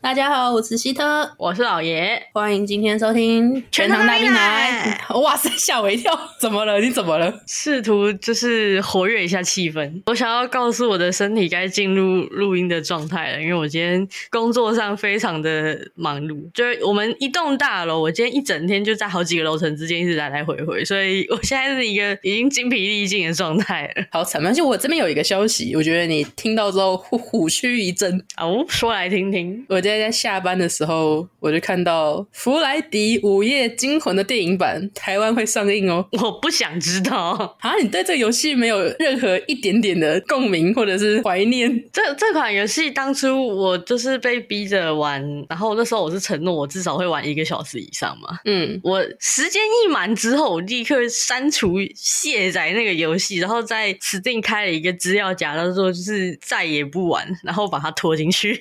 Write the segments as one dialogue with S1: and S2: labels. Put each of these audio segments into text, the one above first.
S1: 大家好，我是希特，
S2: 我是老爷，
S1: 欢迎今天收听《
S2: 全糖大
S1: 冰
S2: 冰奶》。
S1: 哇塞，吓我一跳！怎么了？你怎么了？
S2: 试图就是活跃一下气氛。我想要告诉我的身体该进入录音的状态了，因为我今天工作上非常的忙碌，就是我们一栋大楼，我今天一整天就在好几个楼层之间一直来来回回，所以我现在是一个已经精疲力尽的状态了。
S1: 好惨！而且我这边有一个消息，我觉得你听到之后虎虎躯一震。
S2: 哦，说来听听。
S1: 我今天在下班的时候，我就看到《弗莱迪午夜惊魂》的电影版台湾会上映哦。
S2: 我不想知道，
S1: 啊，你对这个游戏没有任何一点点的共鸣或者是怀念？
S2: 这这款游戏当初我就是被逼着玩，然后那时候我是承诺我至少会玩一个小时以上嘛，
S1: 嗯，
S2: 我时间一满之后，我立刻删除卸载那个游戏，然后在 Steam 开了一个资料夹，他说就是再也不玩，然后把它拖进 去。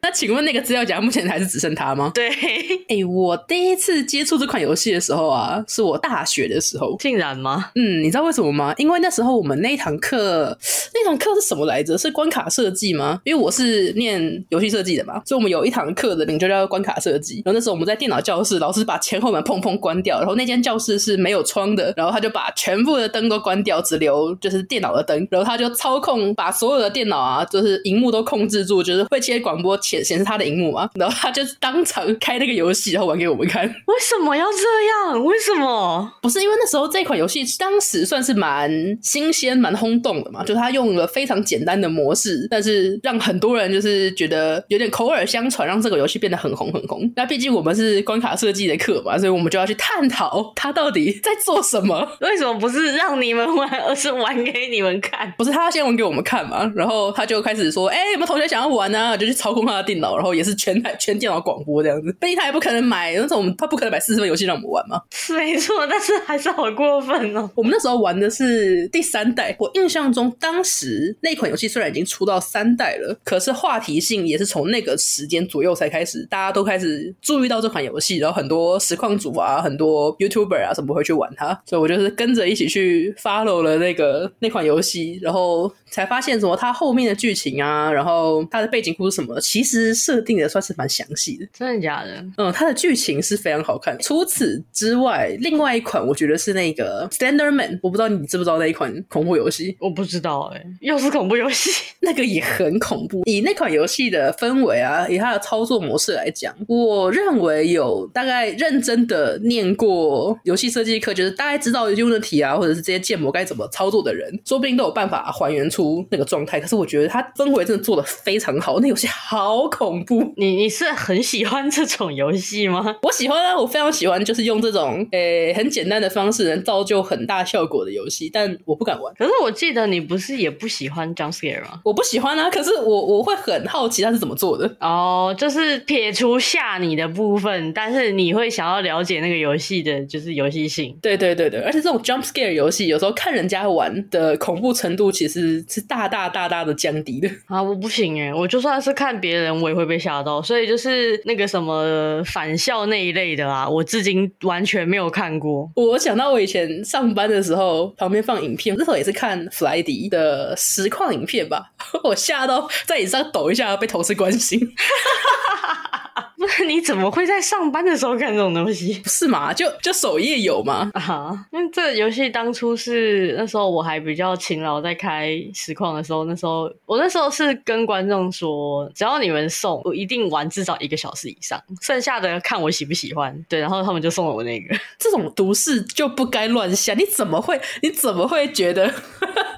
S1: 那请问那个资料夹目前还是只剩它吗？
S2: 对，
S1: 哎、我第一次接触这款游戏的时候啊，是我大学的时候。
S2: 竟然吗？
S1: 嗯，你知道为什么吗？因为那时候我们那一堂课，那堂课是什么来着？是关卡设计吗？因为我是念游戏设计的嘛，所以我们有一堂课的名就叫关卡设计。然后那时候我们在电脑教室，老师把前后门砰砰关掉，然后那间教室是没有窗的，然后他就把全部的灯都关掉，只留就是电脑的灯，然后他就操控把所有的电脑啊，就是荧幕都控制住，就是会切广播显显示他的荧幕嘛，然后他就当场开那个游戏，然后玩给我们看。
S2: 为什么要这样？为什么？
S1: 不是因为那时候这款游戏当时算是蛮新鲜、蛮轰动的嘛，就它用了非常简单的模式，但是让很多人就是觉得有点口耳相传，让这个游戏变得很红很红。那毕竟我们是关卡设计的课嘛，所以我们就要去探讨它到底在做什么。
S2: 为什么不是让你们玩，而是玩给你们看？
S1: 不是他先玩给我们看嘛，然后他就开始说：“哎、有没有同学想要玩啊？”就去操控他的电脑，然后也是全台全电脑广播这样子。毕竟他也不可能买那种，他不可能买四十份游戏让我们玩嘛。
S2: 是没错，但是还是好过分哦。
S1: 我们那时候玩的是第三代，我印象中当时那款游戏虽然已经出到三代了，可是话题性也是从那个时间左右才开始，大家都开始注意到这款游戏，然后很多实况组啊、很多 YouTuber 啊什么会去玩它，所以我就是跟着一起去 follow 了那个那款游戏，然后才发现什么它后面的剧情啊，然后它的背景故事什么的，其实设定的算是蛮详细的。
S2: 真的假的？
S1: 嗯，它的剧情是非常好看。除此之外，另外一款我觉得是那个《Slender Man》，我不知道你知不知道那一款恐怖游戏，
S2: 我不知道哎、又是恐怖游戏。
S1: 那个也很恐怖。以那款游戏的氛围啊，以它的操作模式来讲，我认为有大概认真的念过游戏设计课，就是大概知道 Unity 啊，或者是这些建模该怎么操作的人，说不定都有办法还原出那个状态。可是我觉得它氛围真的做的非常好，那游戏好恐怖。
S2: 你你是很喜欢这种游戏吗？
S1: 我喜欢啊，我非常喜欢，就是用这种诶、很简单的方式能造就很大效果的游戏，但我不敢玩，
S2: 可是我记得你不是也不喜欢 jump scare 吗？
S1: 我不喜欢啊。可是我我会很好奇它是怎么做的。
S2: 哦就是撇除吓你的部分，但是你会想要了解那个游戏的，就是游戏性。
S1: 对对对对，而且这种 jump scare 游戏，有时候看人家玩的恐怖程度其实是大大大大的降低的。
S2: 啊，我不行诶，我就算是看别人，我也会被吓到。所以就是那个什么返校那一类的啊，我至今完全没有看过。
S1: 我想到我以前上班的时候，旁边放影片，那时候也是看弗莱迪的实况影片吧， 我吓到在椅子上抖一下，被同事关心。
S2: 不是你怎么会在上班的时候看这种东西？
S1: 不是嘛？就就首页有嘛？
S2: 啊，因为这游戏当初是那时候我还比较勤劳，在开实况的时候，那时候我那时候是跟观众说，只要你们送，我一定玩至少一个小时以上，剩下的看我喜不喜欢。对，然后他们就送了我那个。
S1: 这种毒誓就不该乱下，你怎么会？你怎么会觉得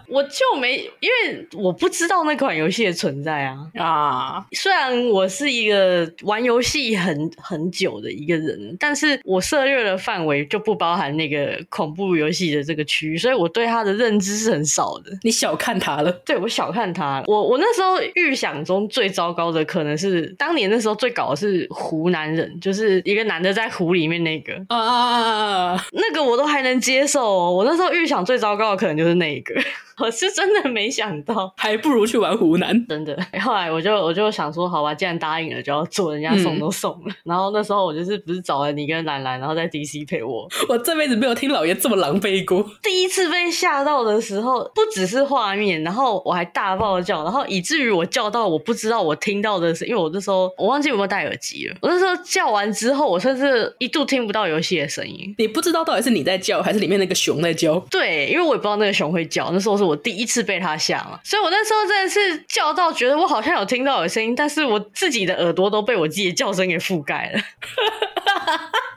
S2: 我就没，因为我不知道那款游戏的存在啊。
S1: 啊？
S2: 虽然我是一个玩游戏很很久的一个人，但是我涉猎的范围就不包含那个恐怖游戏的这个区域，所以我对它的认知是很少的。
S1: 你小看他了。
S2: 对我小看他了，我我那时候预想中最糟糕的可能是当年那时候最搞的是湖南人，就是一个男的在湖里面那个，
S1: 啊啊啊啊啊！
S2: 那个我都还能接受、哦。我那时候预想最糟糕的可能就是那一个， 我是真的没想到，
S1: 还不如去玩湖南。
S2: 真的。后来我就我就想说，好吧，既然答应了，就要做，人家送都送了。 然后那时候我就是不是找了你跟兰兰，然后在 DC 陪我，
S1: 我这辈子没有听老爷这么狼狈过。
S2: 第一次被吓到的时候，不只是画面，然后我还大爆叫，然后以至于我叫到我不知道我听到的是，因为我那时候我忘记有没有戴耳机了。我那时候叫完之后，我甚至一度听不到游戏的声音。
S1: 你不知道到底是你在叫，还是里面那个熊在叫。
S2: 对，因为我也不知道那个熊会叫，那时候是我第一次被它吓嘛，所以我那时候真的是叫到觉得我好像有听到有声音，但是我自己的耳朵都被我自己的叫声给覆盖了，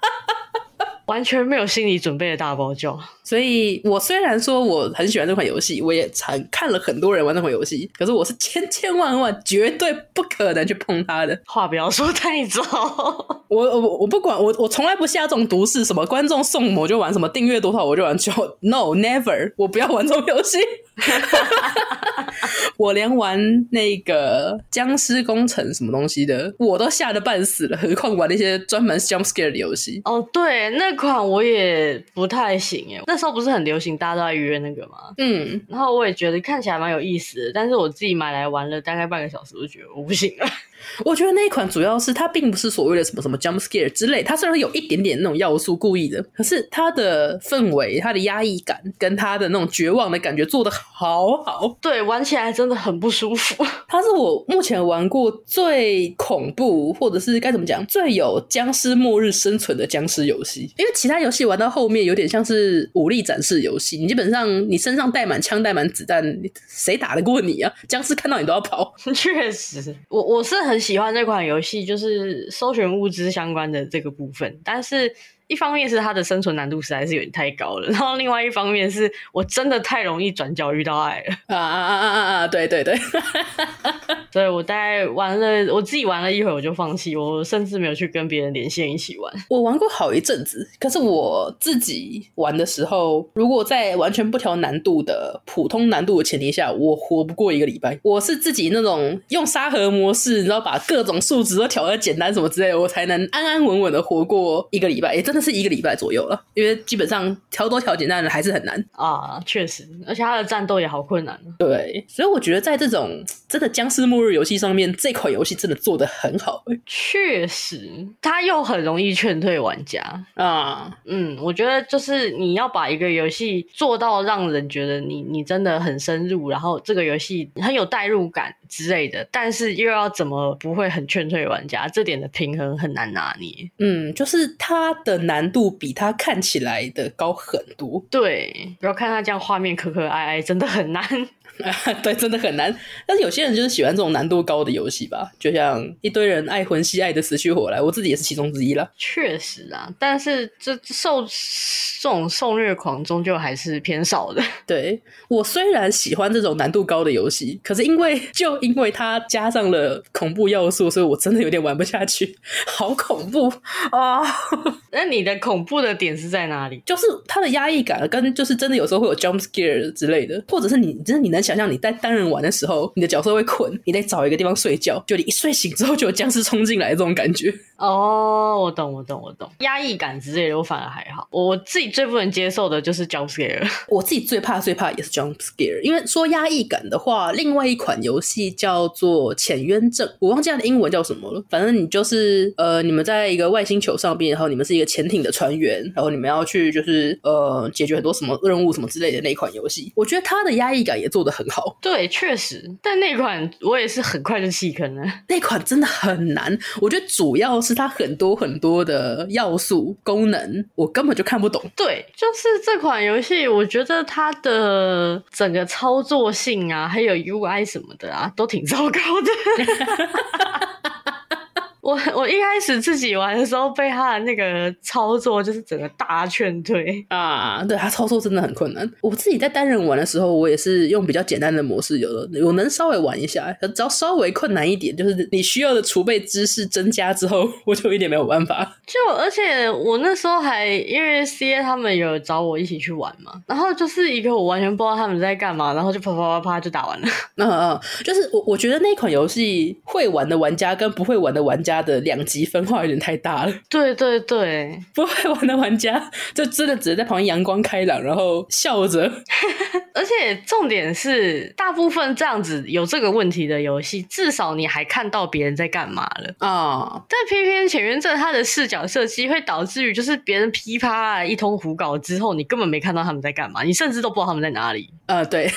S2: 完全没有心理准备的大爆叫。
S1: 所以我虽然说我很喜欢这款游戏，我也很看了很多人玩这款游戏，可是我是千千万万绝对不可能去碰它的。
S2: 话不要说太早，
S1: 我我我不管，我我从来不下这种毒誓，什么观众送我就玩什么，订阅多少我就玩就 No never，我不要玩这种游戏。 我连玩那个僵尸工程什么东西的，我都吓得半死了，何况玩那些专门 jump scare 的游戏。
S2: 哦，对，那款我也不太行耶。那时候不是很流行，大家都在约那个嘛。
S1: 嗯，
S2: 然后我也觉得看起来蛮有意思的，但是我自己买来玩了大概半个小时，我就觉得我不行了。
S1: 我觉得那一款主要是它并不是所谓的什么什么 jump scare 之类，它虽然有一点点那种要素故意的，可是它的氛围、它的压抑感跟它的那种绝望的感觉做的好好。
S2: 对，玩起来真的很不舒服。
S1: 它是我目前玩过最恐怖，或者是该怎么讲，最有僵尸末日生存的僵尸游戏。因为其他游戏玩到后面有点像是武力展示游戏，你基本上你身上带满枪、带满子弹，你谁打得过你啊？僵尸看到你都要跑。
S2: 确实，我我是很喜欢这款游戏，就是搜寻物资相关的这个部分，但是。一方面是它的生存难度实在是有点太高了，然 后另外一方面是我真的太容易转角遇到爱了，
S1: 啊啊啊啊啊！对对对，
S2: 所以我大概玩了，我自己玩了一会儿我就放弃，我甚至没有去跟别人连线一起玩。
S1: 我玩过好一阵子，可是我自己玩的时候，如果在完全不调难度的普通难度的前提下，我活不过一个礼拜。我是自己那种用沙盒模式，然后把各种数值都调的简单什么之类的，我才能安安稳稳的活过一个礼拜，也真的是一个礼拜左右了。因为基本上调多调简单的还是很难。
S2: 啊，确实，而且它的战斗也好困难哦。
S1: 对，所以我觉得在这种真的僵尸末日游戏上面，这款游戏真的做的很好、欸
S2: 确实，它又很容易劝退玩家。
S1: 啊。
S2: 嗯，我觉得就是你要把一个游戏做到让人觉得你你真的很深入，然后这个游戏很有代入感之类的，但是又要怎么不会很劝退玩家，这点的平衡很难拿捏。
S1: 嗯，就是它的难度比它看起来的高很多。
S2: 对，不要看它这样画面可可爱爱，真的很难。
S1: 对，真的很难。但是有些人就是喜欢这种难度高的游戏吧，就像一堆人爱魂系爱的死去活来，我自己也是其中之一啦。
S2: 确实啊，但是这这受这种受虐狂终究还是偏少的。
S1: 对我虽然喜欢这种难度高的游戏，可是因为就因为它加上了恐怖要素，所以我真的有点玩不下去， 好恐怖啊！
S2: 那你的恐怖的点是在哪里？
S1: 就是它的压抑感，跟就是真的有时候会有 jump scare 之类的，或者是你就是你能想象你在单人玩的时候，你的角色会困，你得找一个地方睡觉，就你一睡醒之后就有僵尸冲进来的这种感觉。
S2: 哦，我懂，我懂，我懂，压抑感之类的，我反而还好。我我自己最不能接受的就是 jump scare，
S1: 我自己最怕最怕也是 jump scare，因为说压抑感的话，另外一款游戏叫做《潜渊症》，我忘记它的英文叫什么了。反正你就是呃，你们在一个外星球上边，然后你们是一个潜艇的船员，然后你们要去就是呃解决很多什么任务什么之类的那一款游戏，我觉得它的压抑感也做得很好。
S2: 对，确实，但那款我也是很快就弃坑了。
S1: 那款真的很难，我觉得主要是它很多很多的要素功能，我根本就看不懂。
S2: 对，就是这款游戏，我觉得它的整个操作性啊，还有 UI 什么的啊，都挺糟糕的。 我我一开始自己玩的时候，被它的那个操作就是整个大劝退。
S1: 啊，对，它操作真的很困难。我自己在单人玩的时候，我也是用比较简单的模式，有的我能稍微玩一下，可只要稍微困难一点，就是你需要的储备知识增加之后， 我就有一点没有办法。
S2: 就而且我那时候还因为 C A 他们有找我一起去玩嘛，然后就是一个我完全不知道他们在干嘛，然后就啪啪啪啪就打完了。
S1: 嗯嗯，就是我我觉得那款游戏会玩的玩家跟不会玩的玩家家的两极分化有点太大了。
S2: 对对对，
S1: 不会玩的玩家就真的只能在旁边阳光开朗，然后笑着。
S2: 而且重点是，大部分这样子有这个问题的游戏，至少你还看到别人在干嘛了。
S1: 啊，
S2: 但偏偏浅渊正他的视角设计会导致于，就是别人噼啪一通胡搞之后，你根本没看到他们在干嘛，你甚至都不知道他们在哪里，
S1: 呃，对，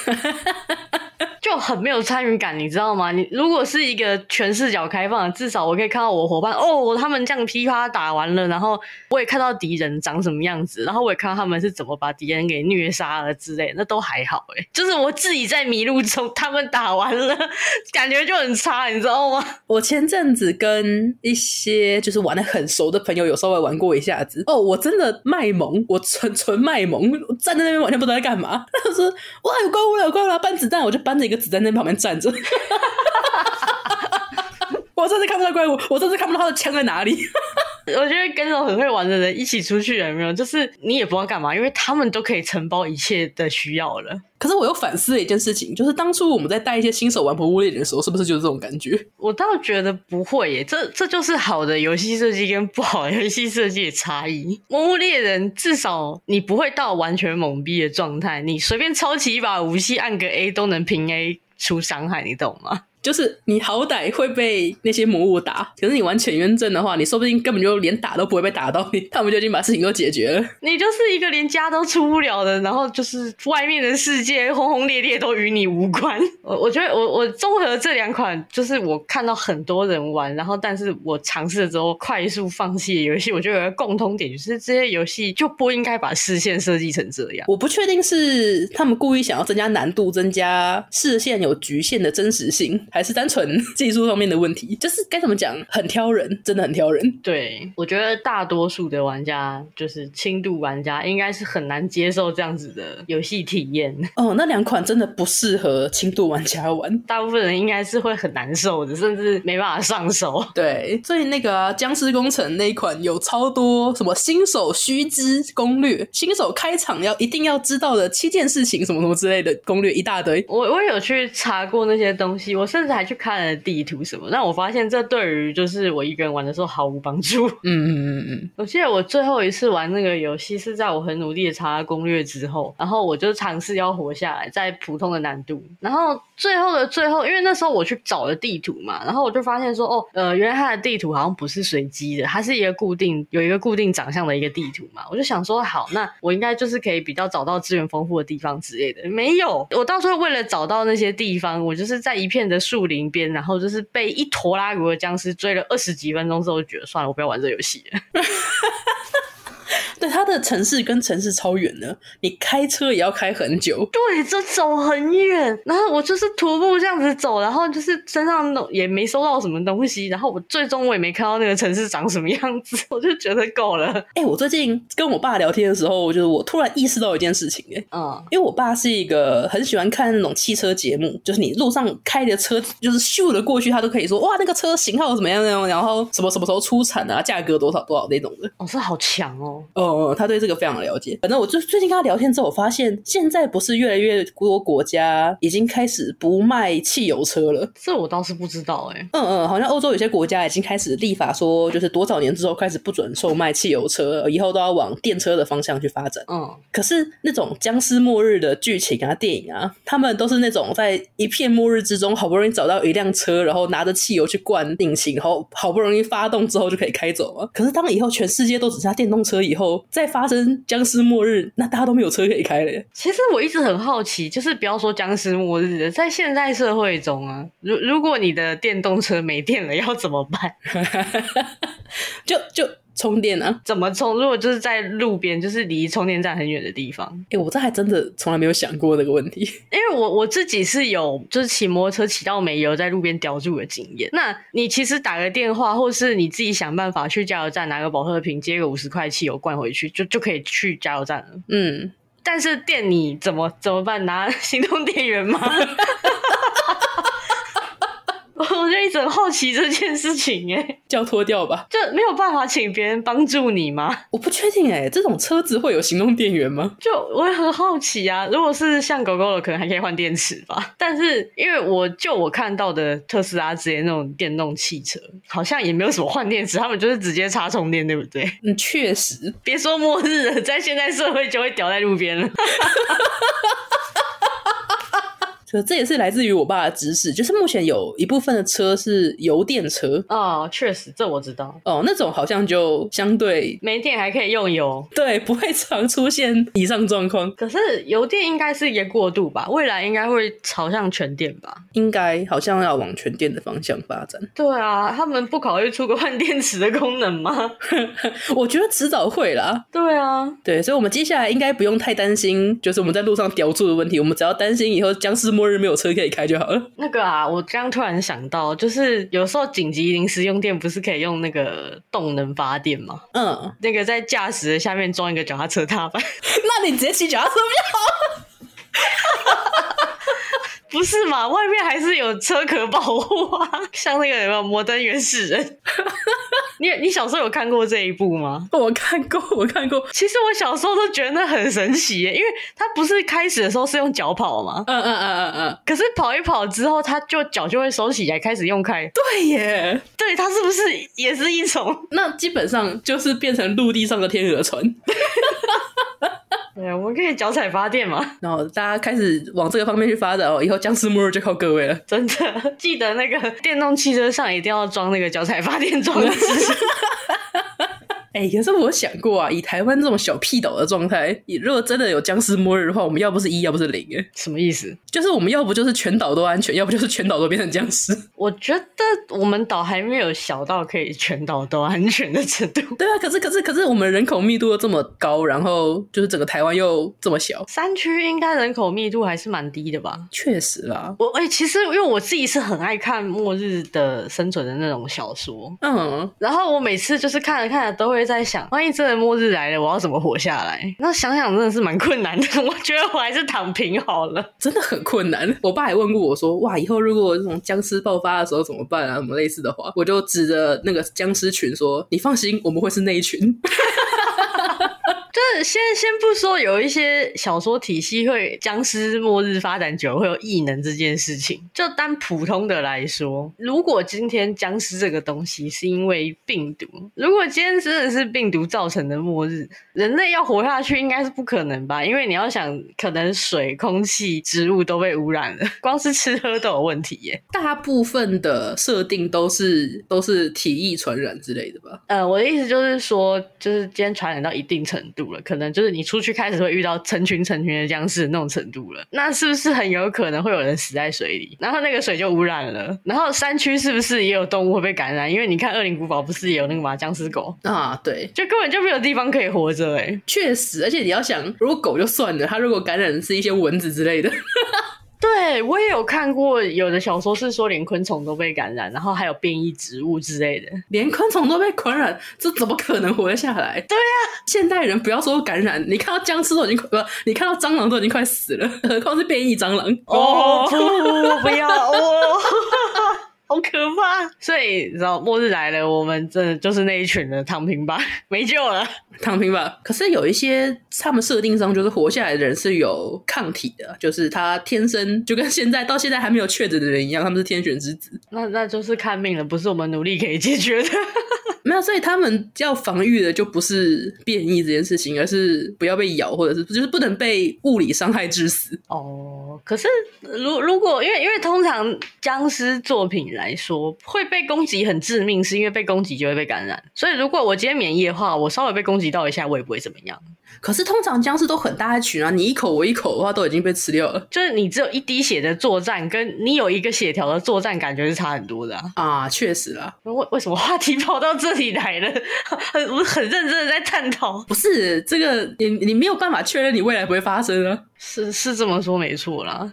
S2: 就很没有参与感，你知道吗？你如果是一个全视角开放的，至少我可以看到我伙伴哦，他们这样噼啪打完了，然后我也看到敌人长什么样子，然后我也看到他们是怎么把敌人给虐杀了之类，那都还好诶、就是我自己在迷路中，他们打完了，感觉就很差，你知道吗？
S1: 我前阵子跟一些就是玩的很熟的朋友有稍微玩过一下子。哦，我真的卖萌，我纯纯卖萌，我站在那边完全不知道在干嘛。 他说：“哇，有怪物了，有怪物了，搬子弹！”我就搬着一个子弹在那旁边站着。 我真的看不到怪物，我真的看不到他的枪在哪里。
S2: 我觉得跟那种很会玩的人一起出去，有没有？就是你也不知道干嘛，因为他们都可以承包一切的需要了。
S1: 可是我又反思了一件事情，就是当初我们在带一些新手玩《博物猎人》的时候，是不是就是这种感觉？
S2: 我倒觉得不会耶，这这就是好的游戏设计跟不好的游戏设计的差异。《魔物猎人》至少你不会到完全懵逼的状态，你随便抄起一把武器，按个 A 都能平 A 出伤害，你懂吗？
S1: 就是你好歹会被那些魔物打，可是你玩潜渊阵的话，你说不定根本就连打都不会被打到 你，他们就已经把事情都解决了。
S2: 你就是一个连家都出不了的，然后就是外面的世界轰轰烈烈都与你无关。 我我觉得我我综合这两款，就是我看到很多人玩，然后但是我尝试了之后快速放弃的游戏，我觉得有个共通点就是这些游戏就不应该把视线设计成这样。
S1: 我不确定是他们故意想要增加难度、增加视线有局限的真实性，还是单纯技术方面的问题。就是该怎么讲，很挑人，真的很挑人。
S2: 对，我觉得大多数的玩家就是轻度玩家，应该是很难接受这样子的游戏体验。
S1: 哦，那两款真的不适合轻度玩家玩。
S2: 大部分人应该是会很难受的，甚至没办法上手。
S1: 对，所以那个啊、僵尸工程》那一款有超多什么新手须知攻略、新手开场要一定要知道的七件事情，什么什么之类的攻略一大堆。
S2: 我我有去查过那些东西，我甚至还去看了地图什么，但我发现这对于就是我一个人玩的时候毫无帮助。
S1: 嗯嗯嗯嗯，
S2: 我记得我最后一次玩那个游戏是在我很努力的查攻略之后，然后我就尝试要活下来，在普通的难度，然后最后的最后，因为那时候我去找了地图嘛，然后我就发现说，哦，呃，原来它的地图好像不是随机的，它是一个固定有一个固定长相的一个地图嘛，我就想说，好，那我应该就是可以比较找到资源丰富的地方之类的，没有，我到时候为了找到那些地方，我就是在一片的树林边，然后就是被一坨拉古的僵尸追了二十几分钟之后，我就觉得算了，我不要玩这游戏了。
S1: 对，它的城市跟城市超远的，你开车也要开很久。
S2: 对，这走很远，然后我就是徒步这样子走，然后就是身上都也没收到什么东西，然后我最终我也没看到那个城市长什么样子， 我就觉得够了。
S1: 哎、我最近跟我爸聊天的时候，就是我突然意识到一件事情、哎，
S2: 嗯，
S1: 因为我爸是一个很喜欢看那种汽车节目，就是你路上开的车，就是咻的过去，他都可以说哇，那个车型号怎么样怎么样，然后什么什么时候出产啊，价格多少多少那种的。
S2: 哦，这好强哦。
S1: 哦，他对这个非常了解。反正我最最近跟他聊天之后，我发现现在不是越来越多国家已经开始不卖汽油车了。
S2: 这我倒是不知道哎、
S1: 嗯嗯，好像欧洲有些国家已经开始立法说，就是多少年之后开始不准售卖汽油车，以后都要往电车的方向去发展。
S2: 嗯，
S1: 可是那种僵尸末日的剧情啊、电影啊，他们都是那种在一片末日之中，好不容易找到一辆车，然后拿着汽油去灌引擎，然后好不容易发动之后就可以开走啊。可是当以后全世界都只剩下电动车以后，再发生僵尸末日，那大家都没有车可以开了耶。
S2: 其实我一直很好奇，就是不要说僵尸末日了，在现代社会中啊，如如果你的电动车没电了，要怎么办？
S1: 就就充电啊！
S2: 怎么充？如果就是在路边，就是离充电站很远的地方，
S1: 诶、我这还真的从来没有想过这个问题。
S2: 因为我我自己是有就是骑摩托车骑到没油在路边叼住的经验。那你其实打个电话，或是你自己想办法去加油站拿个保特瓶，接个五十块汽油灌回去，就就可以去加油站了。
S1: 嗯，
S2: 但是店里 怎么怎么办？拿 行动电源吗？我我就一直很好奇这件事情耶，
S1: 叫拖吊吧。
S2: 就没有办法请别人帮助你吗？
S1: 我不确定哎、这种车子会有行动电源吗？
S2: 就我也很好奇啊。如果是像狗狗的，可能还可以换电池吧。但是因为我就我看到的特斯拉之类那种电动汽车，好像也没有什么换电池，他们就是直接插充电，对不对？
S1: 嗯，确实，
S2: 别说末日了，在现在社会就会掉在路边了。
S1: 这这也是来自于我爸的知识，就是目前有一部分的车是油电车
S2: 哦，确实，这我知道。
S1: 哦，那种好像就相对
S2: 没电还可以用油，
S1: 对不会常出现以上状况，
S2: 可是油电应该是一个过渡吧，未来应该会朝向全电吧？
S1: 应该好像要往全电的方向发展。
S2: 对啊，他们不考虑出个换电池的功能吗？
S1: 我觉得迟早会啦，
S2: 对啊，
S1: 对，所以，我们接下来应该不用太担心，就是我们在路上叼住的问题。我们只要担心以后僵尸末日没有车可以开就好了。
S2: 那个啊，我刚突然想到，就是有时候紧急临时用电不是可以用那个动能发电吗？
S1: 嗯，
S2: 那个在驾驶的下面装一个脚踏车踏 板，
S1: 那你直接骑脚踏车不
S2: 不是嘛？外面还是有车壳保护啊，像那个有没有《摩登原始人》 你？你小时候有看过这一部吗？
S1: 要？我看过，我看过。
S2: 其实我小时候都觉得那很神奇耶，因为它不是开始的时候是用脚跑吗？
S1: 嗯嗯嗯嗯嗯，
S2: 可是跑一跑之后，它就脚就会收起来，开始用开。
S1: 对耶。
S2: 对，它是不是也是一种？
S1: 那基本上就是变成陆地上的天鹅船，
S2: 对，我们可以脚踩发电嘛？
S1: 然后大家开始往这个方面去发展哦。以后僵尸末日就靠各位了。
S2: 真的，记得那个 电动汽车上一定要装那个脚踩发电装 置。
S1: 哎，可是我想过啊，以台湾这种小屁岛的状态， 以如果真的有僵尸末日的话，我们要不是一，要不是零，哎，
S2: 什么意思？
S1: 就是我们要不就是全岛都安全，要不就是全岛都变成僵尸。
S2: 我觉得我们岛还没有小到可以全岛都安全的程度。
S1: 对啊，可是可是可是我们人口密度又这么高，然后就是整个台湾又这么小，
S2: 山区应该人口密度还是蛮低的吧？
S1: 确实啦。
S2: 我哎、其实因为我自己是很爱看末日的生存的那种小说，
S1: 嗯，
S2: 然后我每次就是看着看着都会在想，万一真的末日来了，我要怎么活下来？那想想真的是蛮困难的，我觉得我还是躺平好了。
S1: 真的很困难。我爸还问过我说：“哇，以后如果这种僵尸爆发的时候怎么办啊？什么类似的话？”我就指着那个僵尸群说：“你放心，我们会是那一群。
S2: 就是先先不说有一些小说体系会僵尸末日发展久了会有异能这件事情，就单普通的来说，如果今天僵尸这个东西是因为病毒，如果今天真的是病毒造成的末日，人类要活下去应该是不可能吧？因为你要想，可能水、空气、植物都被污染了，光是吃喝都有问题耶。”
S1: 大部分的设定都是都是体液传染之类的吧？
S2: 呃，我的意思就是说，就是今天传染到一定程度了，可能就是你出去开始会遇到成群成群的僵尸那种程度了，那是不是很有可能会有人死在水里？然后那个水就污染了，然后山区是不是也有动物会被感染？因为你看《恶灵古堡》不是也有那个嘛僵尸狗，
S1: 啊，对。
S2: 就根本就没有地方可以活着哎、
S1: 确实，而且你要想，如果狗就算了，它如果感染的是一些蚊子之类的，
S2: 对我也有看过有的小说是说连昆虫都被感染，然后还有变异植物之类的。
S1: 连昆虫都被感染，这怎么可能活得下来？对呀、啊现代人不要说感染，你看到僵尸都已经快，不，你看到蟑螂都已经快死了， 何况是变异蟑螂？
S2: 哦，不， 不要哦。好可怕！所以你知道末日来了，我们真的就是那一群人躺平吧，没救了。
S1: 躺平吧。可是有一些他们设定上就是活下来的人是有抗体的，就是他天生就跟现在到现在还没有确诊的人一样，他们是天选之子。
S2: 那那就是看命了，不是我们努力可以解决 的。
S1: 没有，所以他们要防御的就不是变异这件事情，而是不要被咬，或者是就是不能被物理伤害致死。
S2: 哦，可是如如果因为因为通常僵尸作品来说，会被攻击很致命，是因为被攻击就会被感染。所以如果我今天免疫的话，我稍微被攻击到一下，我也不会怎么样。
S1: 可是通常僵尸都很大一群啊，你一口我一口的话都已经被吃掉了
S2: 就是你只有一滴血的作战，跟你有一个血条的作战，感觉是差很多的啊。
S1: 啊，确实啦。
S2: 为为什么话题跑到这里来了？很我很认真的在探讨，
S1: 不是这个，你你没有办法确认你未来不会发生啊。
S2: 是是这么说没错啦。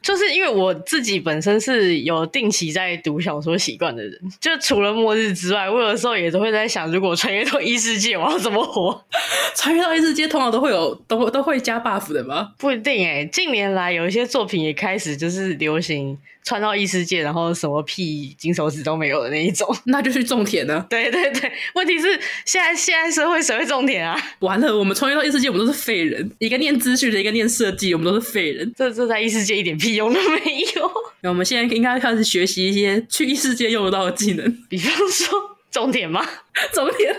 S2: 就是因为我自己本身是有定期在读小说习惯的人，就除了末日之外，我有的时候也都会在想，如果我穿越到异世界，我要怎么活？
S1: 穿越到异世界通常都会有都都会加 buff 的吧？
S2: 不一定哎、近年来有一些作品也开始就是流行穿到异世界，然后什么屁金手指都没有的那一种。
S1: 那就去种田啊呢、
S2: 对对对，问题是现在现在社会谁会种田啊？
S1: 完了，我们穿越到异世界，我们都是废人，一个念资讯的，一个念设计，我们都是废人。
S2: 这这在异世界一点屁用都没有。
S1: 那我们现在应该开始学习一些去异世界用得到的技能。
S2: 比方说重点吗？
S1: 种田，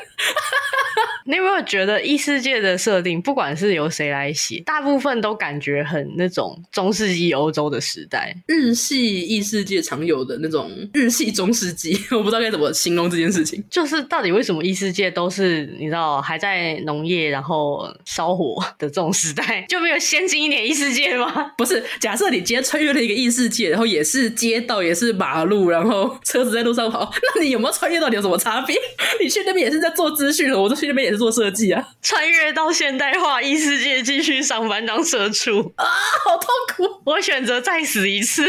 S2: 你有没有觉得异世界的设定，不管是由谁来写，大部分都感觉很那种中世纪欧洲的时代？
S1: 日系异世界常有的那种日系中世纪， 我不知道该怎么形容这件事情。
S2: 就是到底为什么异世界都是你知道还在农业然后烧火的这种时代，就没有先进一点异世界吗？
S1: 不是，假设你今天穿越了一个异世界，然后也是街道，也是马路，然后车子在路上跑， 那你有没有穿越到底有什么差别？ 你去那边也是在做资讯的，我去那边也是做设计啊，
S2: 穿越到现代化异世界继续上班当社畜，
S1: 好痛苦。啊
S2: 我选择再死一次。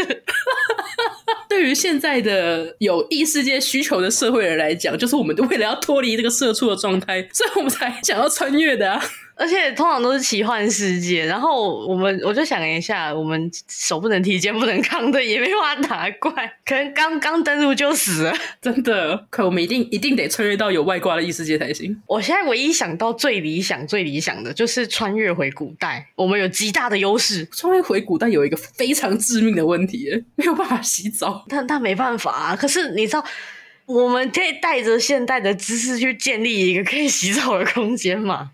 S1: 对于现在的有异世界需求的社会人来讲，就是我们为了要脱离这个社畜的状态，所以我们才想要穿越的啊。
S2: 而且通常都是奇幻世界，然后我们我就想了一下，我们手不能提，肩不能扛的，也没办法打怪，可能刚刚登入就死了。
S1: 真的，可我们一定一定得穿越到有外挂的异世界才行。
S2: 我现在唯一想到最理想、最理想的就是穿越回古代，我们有极大的优势，
S1: 穿越回古代有一个非常致命的问题 耶，没有办法洗澡。
S2: 但但没办法啊。可是你知道，我们可以带着现代的知识去建立一个可以洗澡的空间 嘛？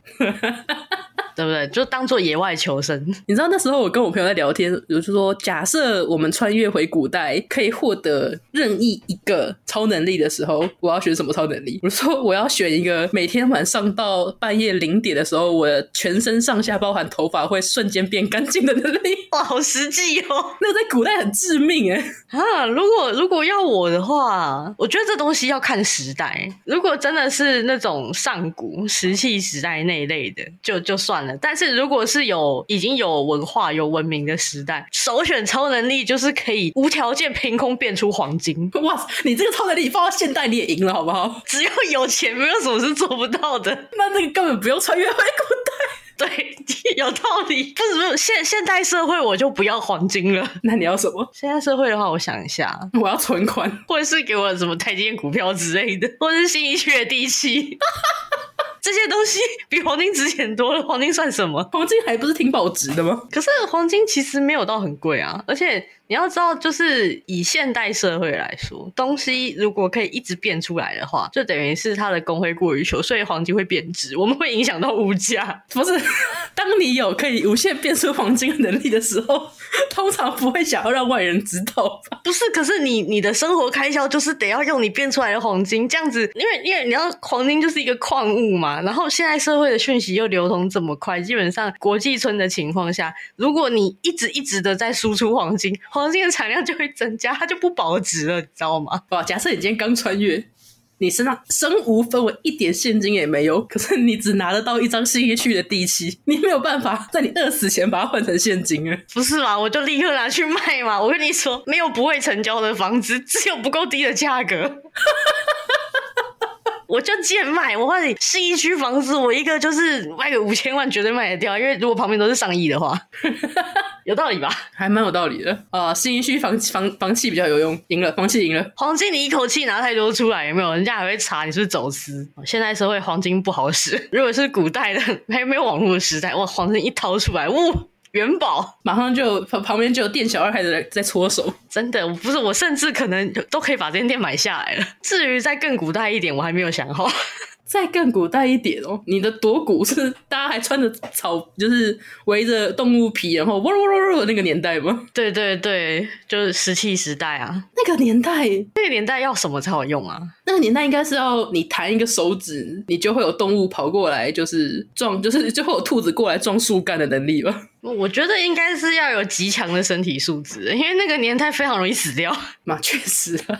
S2: 对不对？就当做野外求生。
S1: 你知道那时候我跟我朋友在聊天，我就说，假设我们穿越回古代可以获得任意一个超能力的时候，我要选什么超能力？ 我说我要选一个每天晚上到半夜零点的时候，我的全身上下包含头发会瞬间变干净的能力。
S2: 哇，好实际哦！
S1: 那个在古代很致命哎，
S2: 啊，如果如果要我的话，我觉得这东西要看时代。如果真的是那种上古石器时代那一类的，就就算了。但是如果是有已经有文化、有文明的时代，首选超能力就是可以无条件凭空变出黄金。
S1: 哇塞！你这个超能力放到现代你也赢了好不好？
S2: 只要有钱，没有什么是做不到的。
S1: 那那个根本不用穿越回古代。
S2: 对， 有道理。不是不是，现现代社会我就不要黄金了。
S1: 那你要什么？
S2: 现代社会的话，我想一下，
S1: 我要存款。
S2: 或者是给我什么台积电股票之类的，或者是新一区的地契， 这些东西比黄金值钱多了。黄金算什么？
S1: 黄金还不是挺保值的吗？
S2: 可是黄金其实没有到很贵啊，而且你要知道，就是以现代社会来说，东西如果可以一直变出来的话，就等于是它的工会过于求，所以黄金会贬值，我们会影响到物价。
S1: 不是， 当你有可以无限变出黄金的能力的时候，通常不会想要让外人知道吧？
S2: 不是，可是你你的生活开销就是得要用你变出来的黄金，这样子，因为因为你要黄金就是一个矿物嘛，然后现在社会的讯息又流通这么快，基本上国际村的情况下，如果你一直一直的在输出黄金，黄金的产量就会增加，它就不保值了，你知道吗？
S1: 哇，假设你今天刚穿越，你身上身无分文，一点现金也没有，可是你只拿得到一张新一区的地契，你没有办法在你饿死前把它换成现金啊！
S2: 不是嘛，我就立刻拿去卖嘛。我跟你说，没有不会成交的房子， 只有不够低的价格。 我就贱卖，我告诉你，新一区房子，我一个就是卖个五千万绝对卖得掉，因为如果旁边都是上亿的话， 有道理吧？
S1: 还蛮有道理的啊、新一区房房房契比较有用，赢了，房契赢了。
S2: 黄金你一口气拿太多出来，有没有？人家还会查你是不是走私。哦现在社会黄金不好使，如果是古代的还没有网络的时代，哇，黄金一掏出来，哇，元宝。
S1: 马上就旁旁边就有店小二开始在在搓手，
S2: 真的，我不是我，甚至可能都可以把这间店买下来了。至于再更古代一点，我还没有想好。
S1: 再更古代一点哦，你的夺骨是大家还穿着草，就是围着动物皮，然后喔喔喔喔的那个年代吗？
S2: 对对对，就是石器时代啊，
S1: 那个年代，
S2: 那个年代要什么才好用啊？
S1: 那个年代应该是要你弹一个手指，你就会有动物跑过来，就是撞， 就是就会有兔子过来撞树干的能力吧？
S2: 我觉得应该是要有极强的身体素质，因为那个年代非常容易死掉。
S1: 嘛，确实啊。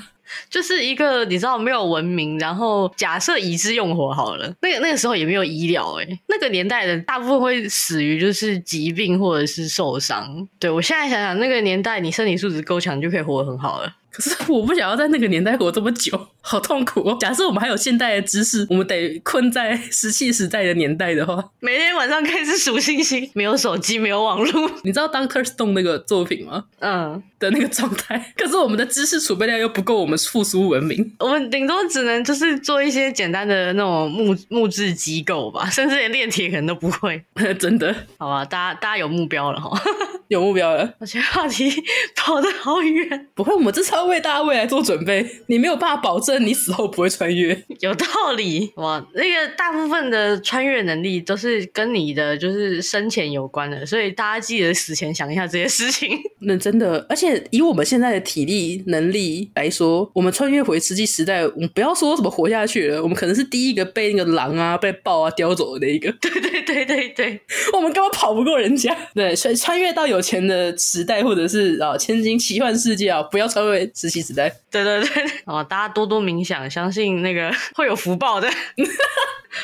S2: 就是一个你知道没有文明，然后假设已知用火好了，那个那个时候也没有医疗诶、那个年代的大部分会死于就是疾病或者是受伤。对我现在想想，那个年代你身体素质够强就可以活得很好了。
S1: 可是我不想要在那个年代活这么久，好痛苦哦。假设我们还有现代的知识，我们得困在石器时代的年代的话，
S2: 每天晚上开始数星 星，没有手机，没有网络，
S1: 你知道 Doctor Stone 那个作品吗？
S2: 嗯，
S1: 的那个状态， 可是我们的知识储备量又不够我们复苏文明。
S2: 我们顶多只能就是做一些简单的那种木木质机构吧， 甚至连炼铁可能都不会。
S1: 真的
S2: 好吧，大家大家有目标了哈。
S1: 有目标了，
S2: 我觉得话题跑得好远，
S1: 不会，我们这是要为大家未来做准备。你没有办法保证你死后不会穿越，
S2: 有道理哇！那个大部分的穿越能力都是跟你的就是生前有关的，所以大家记得死前想一下这些事情。
S1: 那真的，而且以我们现在的体力能力来说，我们穿越回石器时代，我们不要说什么活下去了，我们可能是第一个被那个狼啊、被豹啊叼走的那一个，
S2: 对对对对对，
S1: 我们根本跑不过人家。对，所以穿越到有钱的时代，或者是啊千金奇幻世界啊，不要穿越石器时代。
S2: 对对对， 哦，大家多多冥想，相信那个 会有福报的。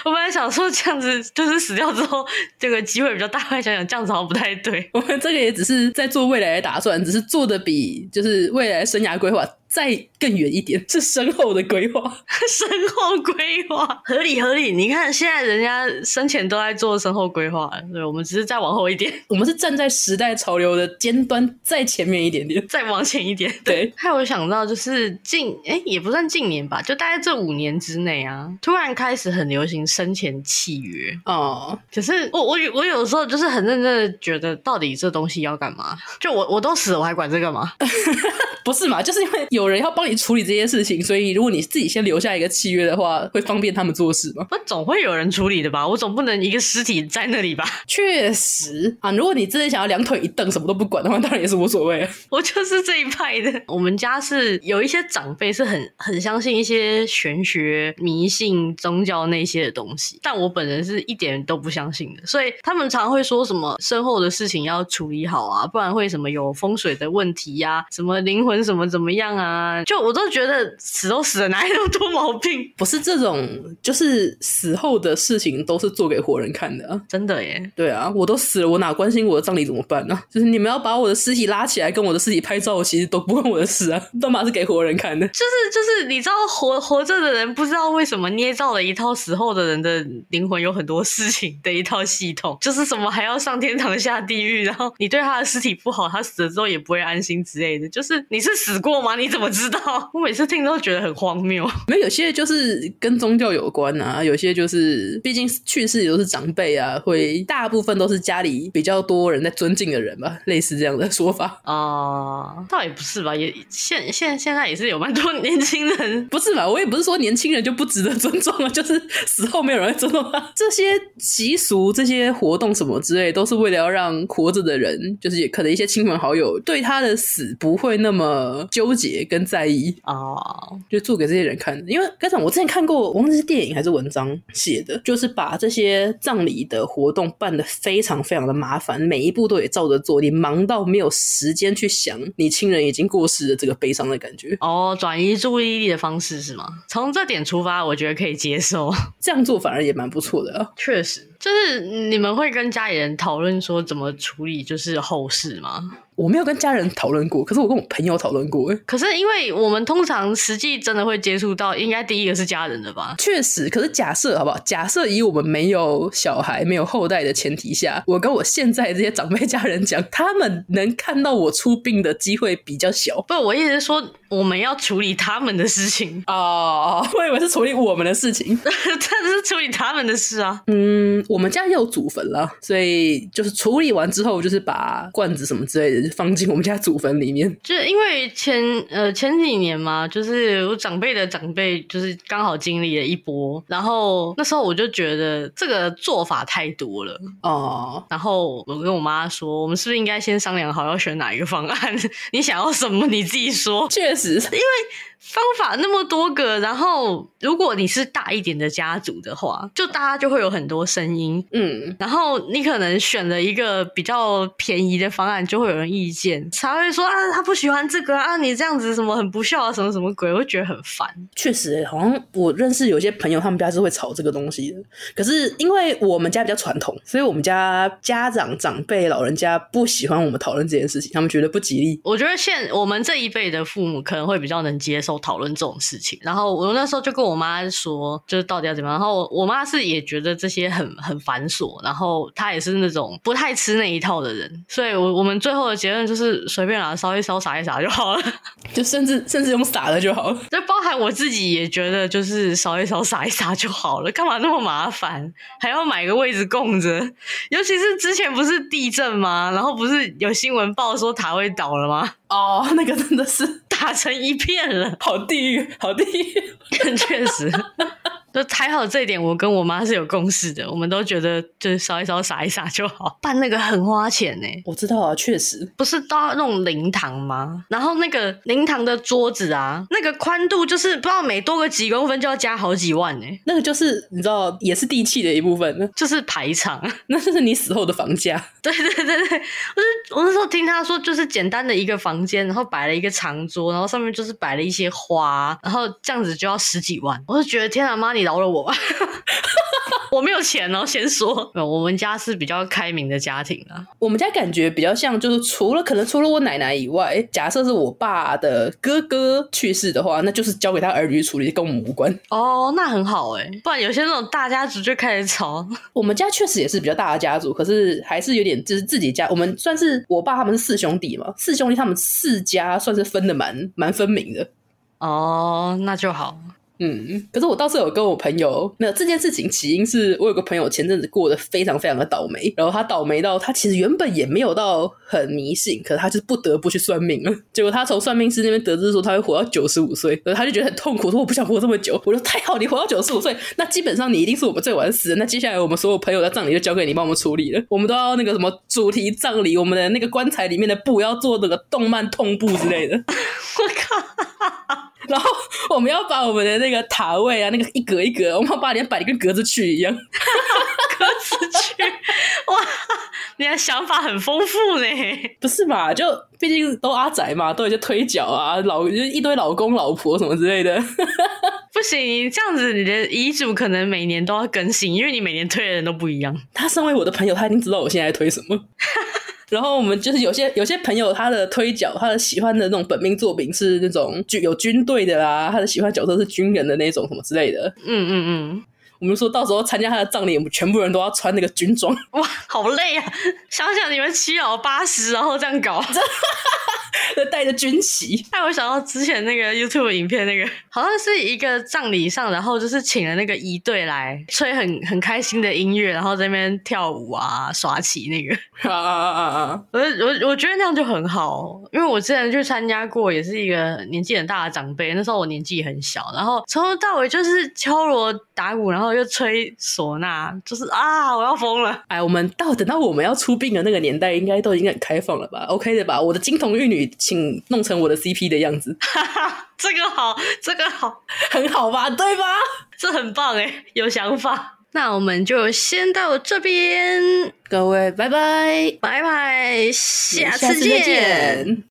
S2: 我本来想说这样子，就是死掉之后这个机会比较大，后来想想这样子好像不太对。
S1: 我们这个也只是在做未来的打算，只是做的比就是未来生涯规划再更远一点，是身后的规划。
S2: 身后规划合理合理，你看现在人家生前都在做身后规划了，对我们只是再往后一点，
S1: 我们是站在时代潮流的尖端，再前面一点点。
S2: 再往前一点。
S1: 对，
S2: 害我想到就是近哎、也不算近年吧，就大概这五年之内啊，突然开始很流行生前契约。
S1: 哦，
S2: 可是我我有我有时候就是很认真的觉得，到底这东西要干嘛？就我我都死了，我还管这干 嘛？
S1: 不是嘛？就是因为有人要帮你处理这些事情，所以如果你自己先留下一个契约的话，会方便他们做事吗？
S2: 那总会有人处理的吧？我总不能一个尸体在那里吧？
S1: 确实啊，如果你真的想要两腿一蹬，什么都不管的话，当然也是无所谓啊。
S2: 我就是这一派的。我们家是有一些长辈是很很相信一些玄学、迷信、宗教那些的东西，但我本人是一点都不相信的，所以他们常会说什么身后的事情要处理好啊，不然会什么有风水的问题呀、什么灵魂什么怎么样啊，就我都觉得死都死了，哪有那么多毛病？
S1: 不是这种，就是死后的事情都是做给活人看的啊。
S2: 真的耶，
S1: 对啊，我都死了，我哪关心我的葬礼怎么办呢、就是你们要把我的尸体拉起来跟我的尸体拍照，其实都不关我的事啊， 都嘛是给活人看的。
S2: 就是就是，你知道活活着的人不知道为什么捏造了一套死后的人的灵魂有很多事情的一套系统，就是什么还要上天堂下地狱，然后你对他的尸体不好，他死了之后也不会安心之类的。就是你是死过吗？你怎么知道？ 我每次听都觉得很荒谬。
S1: 没有有些就是跟宗教有关啊，有些就是毕竟去世也都是长辈啊，会大部分都是家里比较多人在尊敬的人吧，类似这样的说法。
S2: 啊、倒也不是吧，也现现现在也是有蛮多年轻人
S1: 不是嘛？我也不是说年轻人就不值得尊重啊， 就是死后没有人会尊重他。 这些习俗、这些活动什么之类，都是为了要让活着的人，就是也可能一些亲朋好友对他的死不会那么纠结跟在意。
S2: 啊、
S1: 就做给这些人看的。因为该讲，我之前看过，我忘记是电影还是文章写的，就是把这些葬礼的活动办得非常非常的麻烦，每一步都得照着做，你忙到没有时间去想你亲人已经过世的这个悲伤的感觉。
S2: 哦，转移注意力的方式是吗？从这点出发，我觉得可以接受。
S1: 这样做反而也蛮不错的啊。
S2: 确实，就是你们会跟家里人讨论说怎么处理就是后事吗？
S1: 我没有跟家人讨论过，可是我跟我朋友讨论过、欸，
S2: 可是因为我们通常实际真的会接触到，应该第一个是家人的吧？
S1: 确实，可是假设好不好？假设以我们没有小孩、没有后代的前提下，我跟我现在这些长辈家人讲，他们能看到我出殡的机会比较小。
S2: 不，我意思是说我们要处理他们的事情，
S1: 哦，我以为是处理我们的事 情。
S2: 但是处理他们的事啊。
S1: 嗯，我们家也有祖坟了，所以就是处理完之后，就是把罐子什么之类的就放进我们家祖坟里面。
S2: 就因为前呃前几年嘛，就是我长辈的长辈，就是刚好经历了一波，然后那时候我就觉得这个做法太多了，
S1: 哦，
S2: 然后我跟我妈说，我们是不是应该先商量好要选哪一个方案？ 你想要什么你自己说。
S1: 确实，
S2: 方法那么多个，然后如果你是大一点的家族的话，就大家就会有很多声音。
S1: 嗯，
S2: 然后你可能选了一个比较便宜的方案，就会有人意见，才会说啊，他不喜欢这个啊，你这样子什么很不孝啊，什么什么鬼，我会觉得很烦。
S1: 确实欸、好像我认识有些朋友，他们家是会炒这个东西的。可是因为我们家比较传统，所以我们家家长、长辈、老人家不喜欢我们讨论这件事情，他们觉得不吉利。
S2: 我觉得现我们这一辈的父母可能会比较能接受讨论这种事情。然后我那时候就跟我妈说，就是到底要怎么样。然后我我妈是也觉得这些很很繁琐，然后她也是那种不太吃那一套的人，所以我我们最后的结论就是随便啦，烧一烧，撒一撒就好了。
S1: 就甚至甚至用撒的就好了。
S2: 就包含我自己也觉得，就是扫一扫、撒一撒就好了，干嘛那么麻烦？还要买个位置供着？尤其是之前不是地震吗？然后不是有新闻报说塔位倒了吗？
S1: 哦，那个真的是
S2: 打成一片了，
S1: 好地狱，好地狱。
S2: 确实。就还好这一点，我跟我妈是有共识的，我们都觉得就是扫一扫、撒一撒就好。办那个很花钱呢、
S1: 我知道啊，确实，
S2: 不是到那种灵堂吗？然后那个灵堂的桌子啊，那个宽度就是不知道每多个几公分就要加好几万呢、
S1: 那个就是你知道，也是地气的一部分，
S2: 就是排场，
S1: 那就是你死后的房价。
S2: 对对对对，我就我那时候听他说，就是简单的一个房间，然后摆了一个长桌，然后上面就是摆了一些花，然后这样子就要十几万，我就觉得天啊妈，你饶了我吧， 我没有钱哦，先说，没有，我们家是比较开明的家庭啊，
S1: 我们家感觉比较像，就是除了可能除了我奶奶以外，假设是我爸的哥哥去世的话，那就是交给他儿女处理，跟我们无关。
S2: 哦，那很好哎，不然有些那种大家族就开始吵，
S1: 我们家确实也是比较大的家族，可是还是有点就是自己家。我们算是我爸他们是四兄弟嘛，四兄弟他们四家算是分的蛮蛮分明的。
S2: 哦，那就好，
S1: 嗯，可是我倒是有跟我朋友，没有这件事情起因是我有个朋友前阵子过得非常非常的倒霉，然后他倒霉到他其实原本也没有到很迷信，可是他就是不得不去算命了。结果他从算命师那边得知说他会活到九十五岁，然后他就觉得很痛苦，说我不想活这么久。我说太好，你活到九十五岁，那基本上你一定是我们最晚死的。那接下来我们所有朋友的葬礼就交给你帮我们处理了，我们都要那个什么主题葬礼，我们的那个棺材里面的布要做那个动漫痛布之类的。
S2: 我靠，
S1: 然后我们要把我们的那个塔位啊，那个一格一格，我们要把脸摆的跟格子去一样。
S2: 歌词去，哇，你的想法很丰富呢。
S1: 不是吧？就毕竟都阿宅嘛，都有些推脚啊，老就是一堆老公老婆什么之类的。
S2: 不行，你这样子你的遗嘱可能每年都要更新，因为你每年推的人都不一样。
S1: 他身为我的朋友，他一定知道我现在在推什么。然后我们就是有些有些朋友，他的推脚，他的喜欢的那种本命作品是那种军有军队的啦，他的喜欢角色是军人的那种什么之类的。
S2: 嗯嗯
S1: 我们说到时候参加他的葬礼，我们全部人都要穿那个军装。
S2: 嗯，哇，好累啊！想想你们七老八十，然后这样搞，
S1: 带着军旗，
S2: 害我想到之前那个 YouTube 影片，那个好像是一个葬礼上，然后就是请了那个仪队来吹很很开心的音乐，然后在那边跳舞啊、耍旗那个。
S1: 啊啊啊啊啊！
S2: 我我我觉得那样就很好，因为我之前去参加过，也是一个年纪很大的长辈，那时候我年纪很小，然后从头到尾就是敲锣打鼓，然后又吹唢呐，就是啊，我要疯了。
S1: 哎，我们到等到我们要出殡的那个年代，应该都已经很开放了吧？OK 的吧？我的金童玉女，请弄成我的 CP 的样子，
S2: 这个好，这个好，
S1: 很好吧？对吧？
S2: 这很棒诶，有想法。那我们就先到这边，
S1: 各位，拜拜，
S2: 拜拜，下
S1: 下
S2: 次
S1: 次再
S2: 见。
S1: 见。